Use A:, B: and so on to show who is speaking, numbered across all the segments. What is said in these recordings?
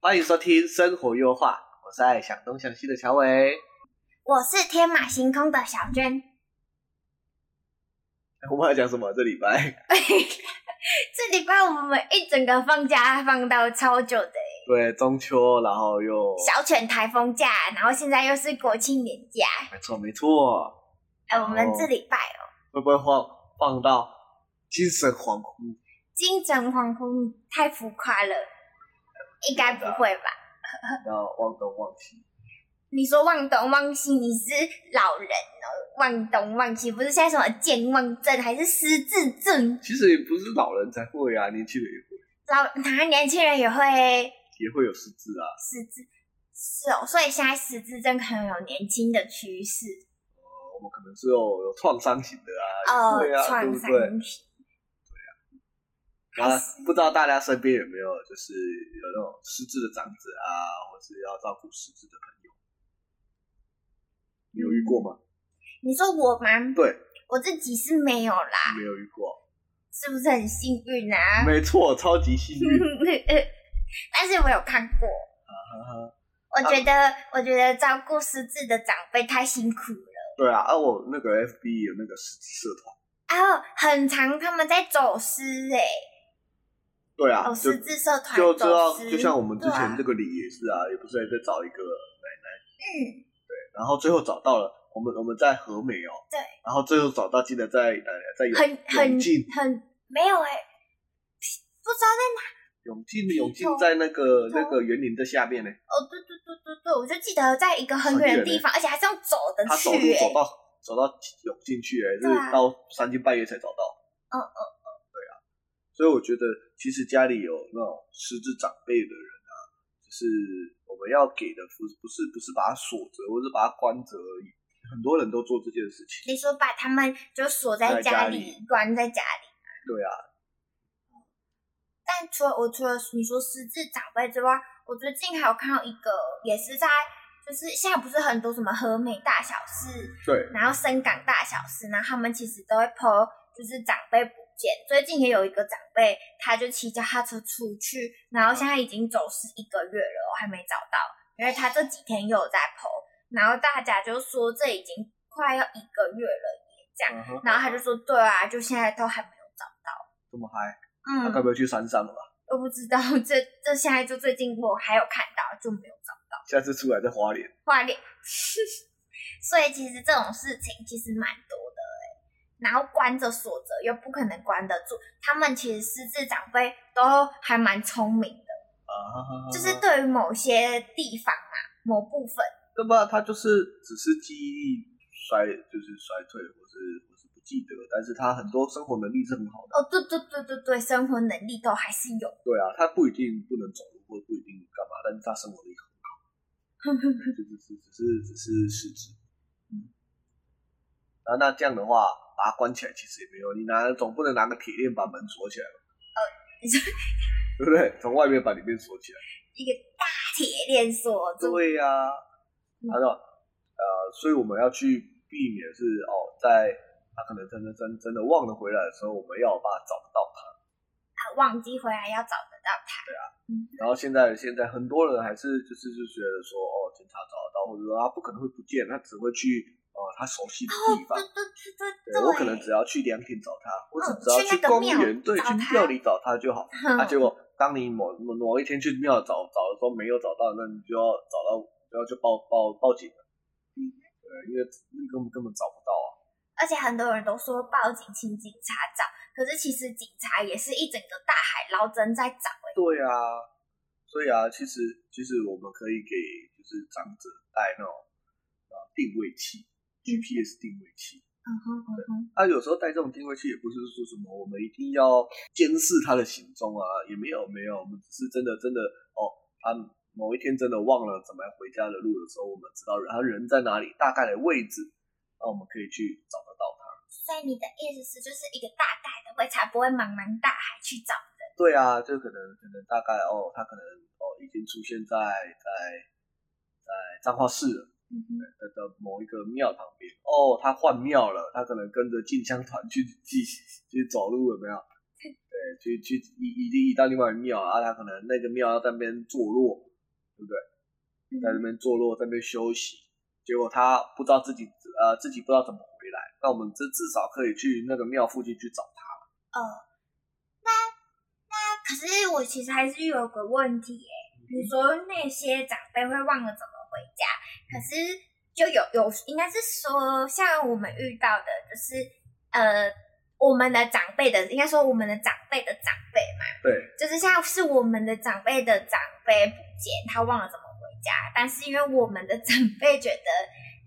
A: 欢迎收听《生活优化》，我是爱想东想西的乔伟。
B: 我是天马行空的小娟。
A: 我们要讲什么？这礼拜
B: 这礼拜我们一整个放假放到超久的欸，
A: 对中秋，然后又
B: 小犬台风假，然后现在又是国庆年假。
A: 没错没错，
B: 哎、我们
A: 哦
B: 这礼拜哦，
A: 会不会放放到精神恍惚？
B: 精神恍惚太浮夸了，应该不会吧？
A: 然后忘东忘西？
B: 你说忘东忘西，你是老人哦，忘东忘西不是现在什么健忘症还是失智症？
A: 其实也不是老人才会啊，年轻人也会
B: 老哪年轻人也会
A: 也会有失智啊。
B: 失智，是哦，所以现在失智症可能有年轻的趋势。
A: 我们可能是有有创伤型的啊，
B: 哦
A: 对，啊，对
B: 创
A: 不
B: 伤
A: 对？
B: 体
A: 然后不知道大家身边有没有就是有那种失智的长者啊，或是要照顾失智的朋友，你有遇过吗？
B: 你说我吗？
A: 对，
B: 我自己是没有啦，
A: 没有遇过。
B: 是不是很幸运啊？
A: 没错，超级幸运。
B: 但是我有看过，
A: 啊
B: 我觉得、我觉得照顾失智的长辈太辛苦了。
A: 对啊，啊，我那个 FB 有那个社社团，
B: 然后很长，他们在走失哎、
A: 对啊，
B: 哦，
A: 就
B: 失智社团
A: 就知道
B: 走，失，
A: 就像我们之前这
B: 对啊
A: 个里也是啊，也不是还在找一个奶奶，对，然后最后找到了，我们我们在和美哦，
B: 对，
A: 然后最后找到，记得在呃在永
B: 嗯很很
A: 永进
B: 很没有哎、不知道在哪
A: 永进永进在那个
B: 头
A: 那个园林的下面呢，
B: 哦，对对对对对，我就记得在一个很
A: 很
B: 远
A: 远
B: 的
A: 欸
B: 地方，而且还是要走的
A: 他
B: 去
A: 走路
B: 哎、
A: 走到走到涌进去、欸，
B: 对啊
A: 是到三更半夜才找到。
B: 嗯
A: 嗯嗯，对啊。所以我觉得，其实家里有那种失智长辈的人啊，就是我们要给的不不是不是把他锁着，或是把他关着而已。很多人都做这件事情。
B: 你说把他们就锁
A: 在
B: 在
A: 家
B: 家
A: 里
B: 里，关在家里。
A: 对啊，
B: 但除了我除了你说失智长辈之外，我最近还有看到一个也是在，就是现在不是很多什么和美大小事，
A: 对，
B: 然后深港大小事，然后他们其实都会 po 就是长辈不见。最近也有一个长辈，他就骑脚踏车出去，然后现在已经走失一个月了，我还没找到，因为他这几天又有在 po，然后大家就说这已经快要一个月了耶，这样，
A: 嗯哼
B: 然后他就说对啊，就现在都还没有找到，
A: 这么嗨，
B: 嗯，
A: 他该不会去山上了吧？
B: 我不知道，这这现在就最近我还有看到就没有找
A: 下次出来再花脸。
B: 画脸， 所以其实这种事情其实蛮多的欸然后关着锁着又不可能关得住，他们其实失智长辈都还蛮聪明的，
A: 啊哈哈哈哈
B: 就是对于某些地方啊某部分，
A: 那么他就是只是记忆力衰，就是衰退，或是或是不记得，但是他很多生活能力是很好的。
B: 哦对对对对对，生活能力都还是有，
A: 对啊，他不一定不能走路，或不一定干嘛，但是他生活力很好，就 是只是只是失智。嗯，那那这样的话，把它关起来其实也没有，你拿总不能拿个铁链把门锁起来吧？
B: 呃你说
A: 对不对？从外面把里面锁起来。
B: 一个大铁链锁住，
A: 对呀、啊，
B: 嗯
A: 他说，呃，所以我们要去避免是哦，在他可能真的真真的忘了回来的时候，我们要有办法找得到他。
B: 啊忘记回来要找得到他，
A: 然后现在现在很多人还是就是就觉得说哦，警察找得到，或者说他不可能会不见，他只会去呃他熟悉的地方。
B: 对对对对
A: 对
B: 对，
A: 我可能只要去凉亭找他，我只
B: 嗯
A: 只要
B: 去那个
A: 公
B: 庙
A: 园，对，
B: 找
A: 去
B: 他嗯
A: 庙里找他就好。
B: 哼
A: 啊，结果当你某某某一天去庙找找的时候没有找到，那你就要找到，就要去报报报警了。
B: 嗯
A: 对，因为那根本根本找不到啊。
B: 而且很多人都说报警请警察找，可是其实警察也是一整个大海捞针在找、欸，
A: 对啊，所以啊，其实其实我们可以给就是长者带那种啊定位器，GPS 定位器，
B: 嗯哼嗯哼，
A: 他、有时候带这种定位器也不是说什么我们一定要监视他的行踪啊，也没有没有，我们只是真的真的哦，他某一天真的忘了怎么回家的路的时候，我们知道他人在哪里，大概的位置，那我们可以去找得到他。
B: 所以你的意思是就是一个大概的，会才不会茫茫大海去找人。
A: 对啊，就可能可能大概哦，他可能哦已经出现在在在彰化市了。
B: 嗯哼，
A: 的的某一个庙旁边。哦，他换庙了，他可能跟着进香团去去 去走路，有没有？对，去去移移地移到另外一个庙啊，他可能那个庙要在那边坐落，
B: 嗯
A: 在那边坐落，在那边休息。结果他不知道自己呃自己不知道怎么回来，那我们这至少可以去那个庙附近去找他。
B: 哦，那那可是我其实还是有个问题耶。你说那些长辈会忘了怎么回家，可是就有有应该是说，像我们遇到的，就是呃，我们的长辈的，应该说我们的长辈的长辈嘛，
A: 对，
B: 就是像是我们的长辈的长辈不见，他忘了怎么回家，但是因为我们的长辈觉得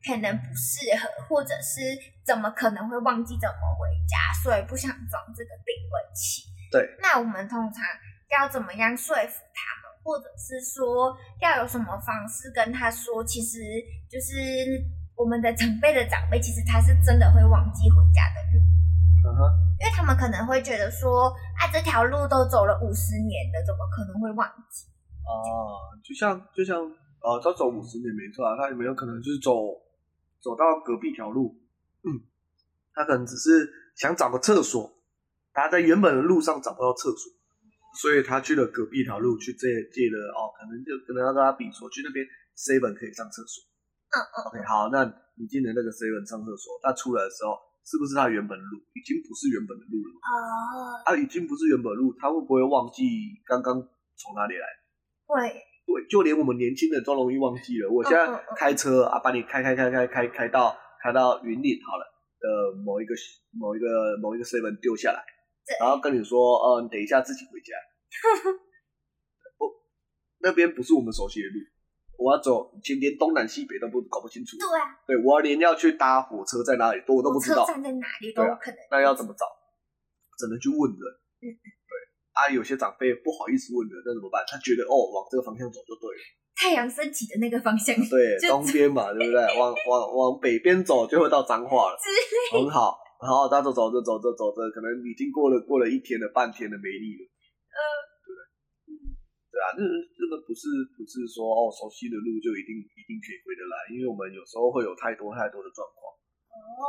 B: 可能不适合，或者是怎么可能会忘记怎么回家，所以不想装这个定位器。
A: 对，
B: 那我们通常要怎么样说服他们，或者是说要有什么方式跟他说，其实就是我们的长辈的长辈，其实他是真的会忘记回家的人。
A: 嗯哼，
B: 因为他们可能会觉得说，啊，这条路都走了五十年了，怎么可能会忘记？
A: 啊，就像就像呃，他走五十年没错啊，他有没有可能就是走走到隔壁条路？嗯，他可能只是想找个厕所，他在原本的路上找不到厕所，所以他去了隔壁条路去借借了哦，可能就可能要跟他比说去那边 seven 可以上厕所。
B: 嗯
A: 嗯。OK，好，那你进了那个 seven 上厕所，他出来的时候是不是他原本的路？已经不是原本的路了嘛？
B: 哦，
A: 啊，已经不是原本的路，他会不会忘记刚刚从哪里来？
B: 会，
A: 对，就连我们年轻人都容易忘记了。我现
B: 嗯
A: 在开车啊，把你开开开开开开到开到云顶好了的某一个某一个某一个 seven 丢下来
B: 对，
A: 然后跟你说，呃，你等一下自己回家。 不，那边不是我们熟悉的路，我要走，今天东南西北都不搞不清楚。
B: 对啊，
A: 对，我连要去搭火车在哪里都我都不知
B: 车
A: 道。
B: 站在哪里都
A: 对啊
B: 有可能。
A: 那要怎么找？只能去问人。
B: 嗯
A: 对啊，有些长辈不好意思问人，那怎么办？他觉得哦，往这个方向走就对了。
B: 太阳升起的那个方向？
A: 对，
B: 就
A: 东边嘛，对不对？往往往北边走就会到彰化了， 很好。然后他走走着走着走着，可能已经过了过了一天了，半天的没力了。
B: 呃，嗯
A: 对啊，那这个不是不是说哦，熟悉的路就一定一定可以回得来，因为我们有时候会有太多太多的状况，
B: 哦，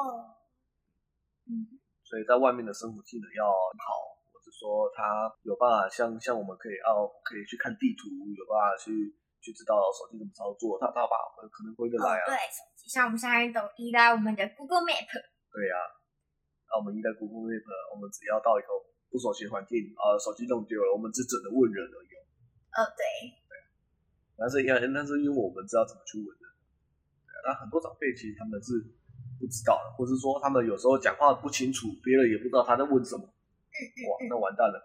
B: 嗯，
A: 所以在外面的生活技能要好，或者说他有办法像像我们可以哦可以去看地图，有办法去去知道手机怎么操作，他他把可能回得
B: 哦
A: 来啊。
B: 对，像我们现在都依赖我们的 Google Map，
A: 对呀、那我们依赖 Google Map，我们只要到一个不熟悉的环境，呃，手机弄丢了，我们只准的问人而已哦。
B: 哦，对，
A: 但是因为但是因为我们知道怎么去问人，对啊那很多长辈其实他们是不知道的，或是说他们有时候讲话不清楚，别人也不知道他在问什么，哇，那完蛋了。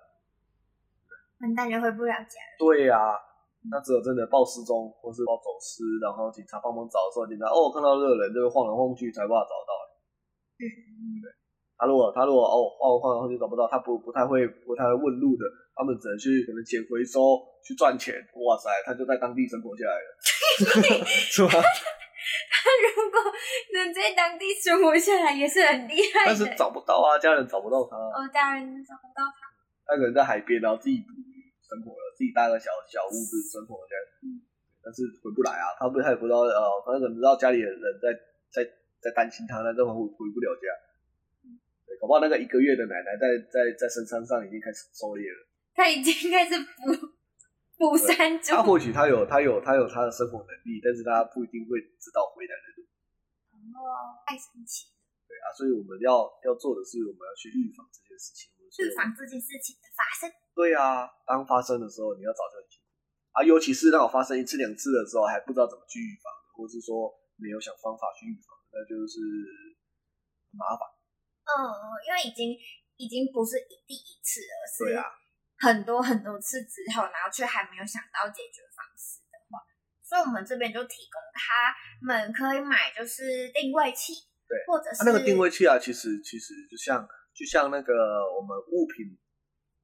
B: 完蛋就回不了家了。
A: 对呀、那只有真的报失踪或是报走失，然后警察帮忙找的时候，警察哦看到这个人就晃来晃去才把他找到。
B: 嗯，
A: 他如果他如果哦晃晃晃就找不到，他不不太会不太会问路的，他们只能去可能捡回收去赚钱。哇塞，他就在当地生活下来了，是吧？
B: 如果能在当地生活下来，也是很厉害的。
A: 但是找不到啊，家人找不到他，
B: 哦，当然找不到他。
A: 他可能在海边，然后自己捕鱼生活了，自己搭个小小屋子生活这样
B: 嗯。
A: 但是回不来啊，他不他也不知道呃，他可能知道家里的人在在在担心他，但根本回回不了家。对，搞不好那个一个月的奶奶在在在深山上已经开始狩猎了。
B: 他已经开始补补山猪
A: 他。或许他有他有他有他的生活能力，但是他不一定会知道回来的路
B: 哦，太神奇了！
A: 对啊，所以我们要要做的是，我们要去预防这件事情。我们说
B: 预防这件事情的发生，
A: 对啊，当发生的时候，你要早就很清楚啊，尤其是当我发生一次两次的时候，还不知道怎么去预防，或是说没有想方法去预防，那就是很麻烦。
B: 嗯，因为已经已经不是一第一次了，
A: 对
B: 是
A: 啊
B: 很多很多次之后，然后却还没有想到解决方式的话，所以我们这边就提供他们可以买就是定位器，
A: 对
B: 或者是
A: 它那个定位器啊，其实其实就像就像那个我们物品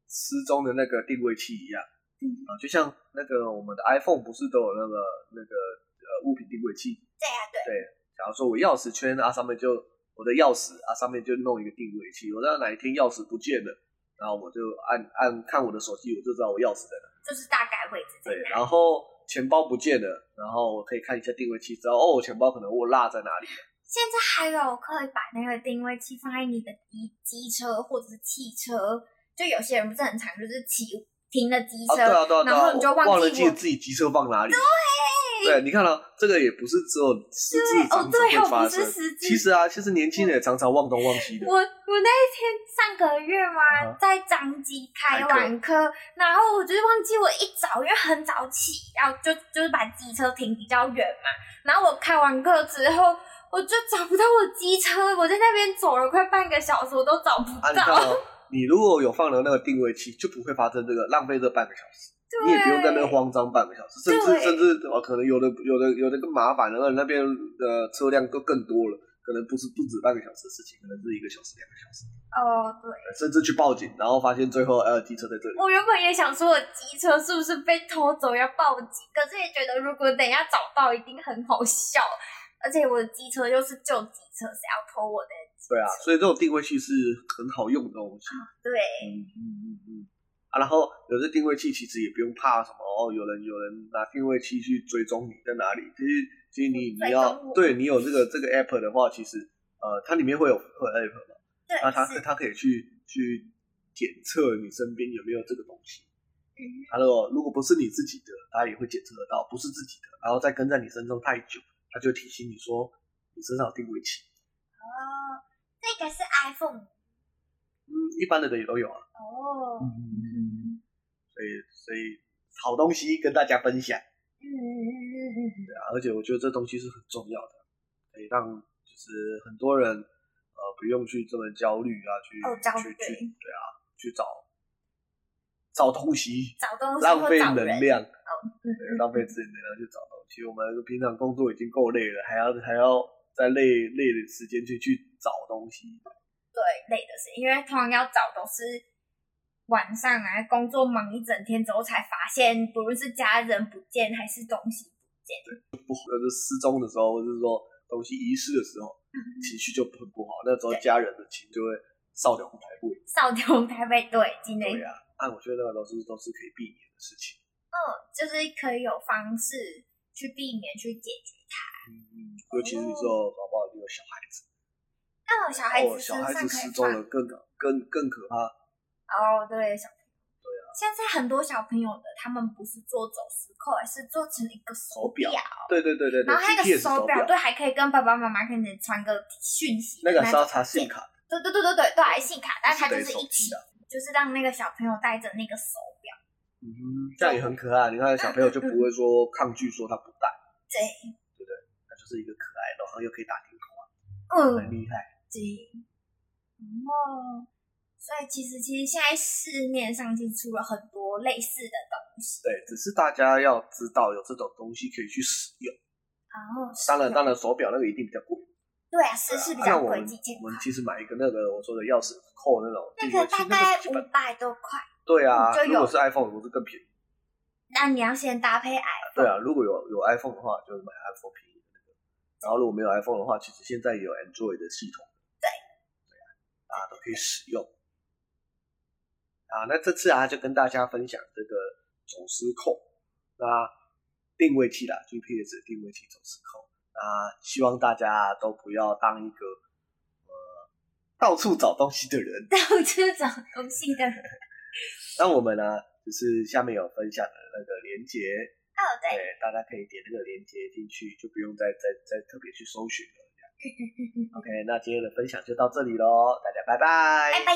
A: 失踪的那个定位器一样
B: 嗯
A: 啊，就像那个我们的 iPhone 不是都有那个那个呃物品定位器？
B: 对啊，对，
A: 对，假如说我钥匙圈啊，上面就我的钥匙啊，上面就弄一个定位器，我知道哪一天钥匙不见了，然后我就按按看我的手机，我就知道我钥匙在哪。
B: 就是大概位置在
A: 对，啊
B: 哪。
A: 然后钱包不见了，然后我可以看一下定位器，知道哦，我钱包可能我落在哪里了。
B: 现在还有可以把那个定位器放在你的机机车或者是汽车，就有些人不是很常就是骑停了机
A: 啊，
B: 车，
A: 对啊，对啊，对
B: 然后
A: 啊，
B: 你就
A: 我
B: 忘
A: 忘了记
B: 记我
A: 自己机车放哪里。对，你看到、这个也不是只有失智常
B: 哦
A: 常
B: 对
A: 会
B: 哦，
A: 发
B: 不是
A: 生。
B: 实际。
A: 其实啊，其实年轻人也常常忘东忘西的。
B: 我我那一天上个月嘛，
A: 嗯哼
B: 在张机开
A: 开
B: 完课，然后我就忘记我一早，因为很早起，然后就就是把机车停比较远嘛，然后我开完课之后。我就找不到我机车，我在那边走了快半个小时，我都找不
A: 啊，你看
B: 到。
A: 哦，你如果有放了那个定位器，就不会发生这个浪费这半个小时。你也不用在那
B: 对
A: 慌张半个小时，甚
B: 对
A: 至甚至哦，可能有的有的有的更麻烦了，而那边的车辆更更多了，可能不是不止半个小时的事情，可能是一个小时、两个小时，呃
B: 哦，对，
A: 甚至去报警，然后发现最后呃机车在这里，
B: 我原本也想说我机车是不是被偷走要报警，可是也觉得如果等一下找到一定很好笑，而且我的机车又是旧机车，谁要偷我的？
A: 对啊，所以这种定位器是很好用的东西，
B: 对，
A: 嗯嗯嗯嗯，啊，然后有这定位器其实也不用怕什么哦，有人有人拿定位器去追踪你在哪里，其实其实你你
B: 追踪
A: 要
B: 我
A: 对你有这个这个 app 的话，其实呃它里面会有会有 app 嘛，
B: 对，
A: 那它
B: 是，
A: 它可以去去检测你身边有没有这个东西。
B: 嗯
A: 它如果如果不是你自己的，它也会检测得到；不是自己的，然后再跟在你身上太久，它就提醒你说你身上有定位器。
B: 哦，那个是 iPhone
A: 嗯，一般的人也都有啊。
B: 哦，
A: 嗯，所以所以好东西跟大家分享。
B: 嗯嗯嗯嗯嗯，
A: 对啊，而且我觉得这东西是很重要的，可以让就是很多人呃不用去这么焦虑啊，去、
B: 哦焦虑
A: 去去对啊，去找找东西，
B: 找东西
A: 浪
B: 或
A: 费
B: 找
A: 能
B: 人，
A: 量，
B: 嗯
A: 对浪费自己的能量去找东西。我们平常工作已经够累了，还要还要再累累的时间去去找东西，
B: 对，累的是，因为通常要找都是晚上啊，工作忙一整天之后才发现，不论是家人不见还是东西不见，
A: 不就是失踪的时候，或者是说东西遗失的时候，情绪就很不好。那时候
B: 嗯对
A: 家人的情就会少掉红台不一。
B: 少掉我们台北对，今天
A: 对呀、啊，那我觉得那个都是都是可以避免的事情。
B: 就是可以有方式去避免去解决。
A: 嗯，尤其是你说搞不好你有小孩子，
B: 那我小哦孩
A: 哦，
B: 子
A: 小
B: 身
A: 孩
B: 上
A: 子
B: 可
A: 失
B: 以
A: 踪
B: 放
A: 了更更更可怕。
B: 哦，对，小朋友。对啊。现在很多小朋友的，他们不是做走失扣，而是做成一个手
A: 表对对对对对
B: 然后它那个
A: ，GPS
B: 手
A: 表
B: 表，对，还可以跟爸爸妈妈可能传个讯息。
A: 那个是要查
B: 信
A: 信。卡，
B: 对对对对对，对，还信卡，但它就
A: 得
B: 是
A: 手
B: 一
A: 机
B: 起
A: 的，，
B: 就是让那个小朋友带着那个手表。
A: 嗯，这样也很可爱。你看小朋友就不会说抗拒说他不带，
B: 对，
A: 他就是一个可爱，然后又可以打电话，很
B: 嗯，
A: 厉害。
B: 对。然后，嗯所以其实其实现在市面上其实出了很多类似的东西。
A: 对，只是大家要知道有这种东西可以去使用。
B: 然后，
A: 当然，当然，手表那个一定比较贵。
B: 对啊，是
A: 对啊
B: 是比
A: 那
B: 较
A: 我
B: 贵，
A: 们
B: 几千
A: 我
B: 块
A: 们，其实买一个那个我说的钥匙扣那种定
B: 那
A: 位
B: 个
A: 器，
B: 大
A: 那
B: 概
A: 个基本
B: 五百多块。
A: 对啊
B: 就，
A: 如
B: 有
A: 果是 iPhone，我是更便宜。
B: 那你要先搭配 i
A: 对啊，如果有有 iPhone 的话，就是买 iPhone 便宜的那个。然后如果没有 iPhone 的话，其实现在也有 Android 的系统。
B: 对
A: 对啊，大家都可以使用。啊，那这次啊就跟大家分享这个走失控，那定位器啦，GPS 定位器走失控。那希望大家都不要当一个呃到处找东西的人。
B: 到处找东西的。哦，
A: 那我们呢，就是下面有分享的那个连接，
B: 对，
A: 哦对，大家可以点那个链接进去，就不用再再再特别去搜寻了。 这样 OK，那今天的分享就到这里喽，大家拜拜。
B: 拜拜。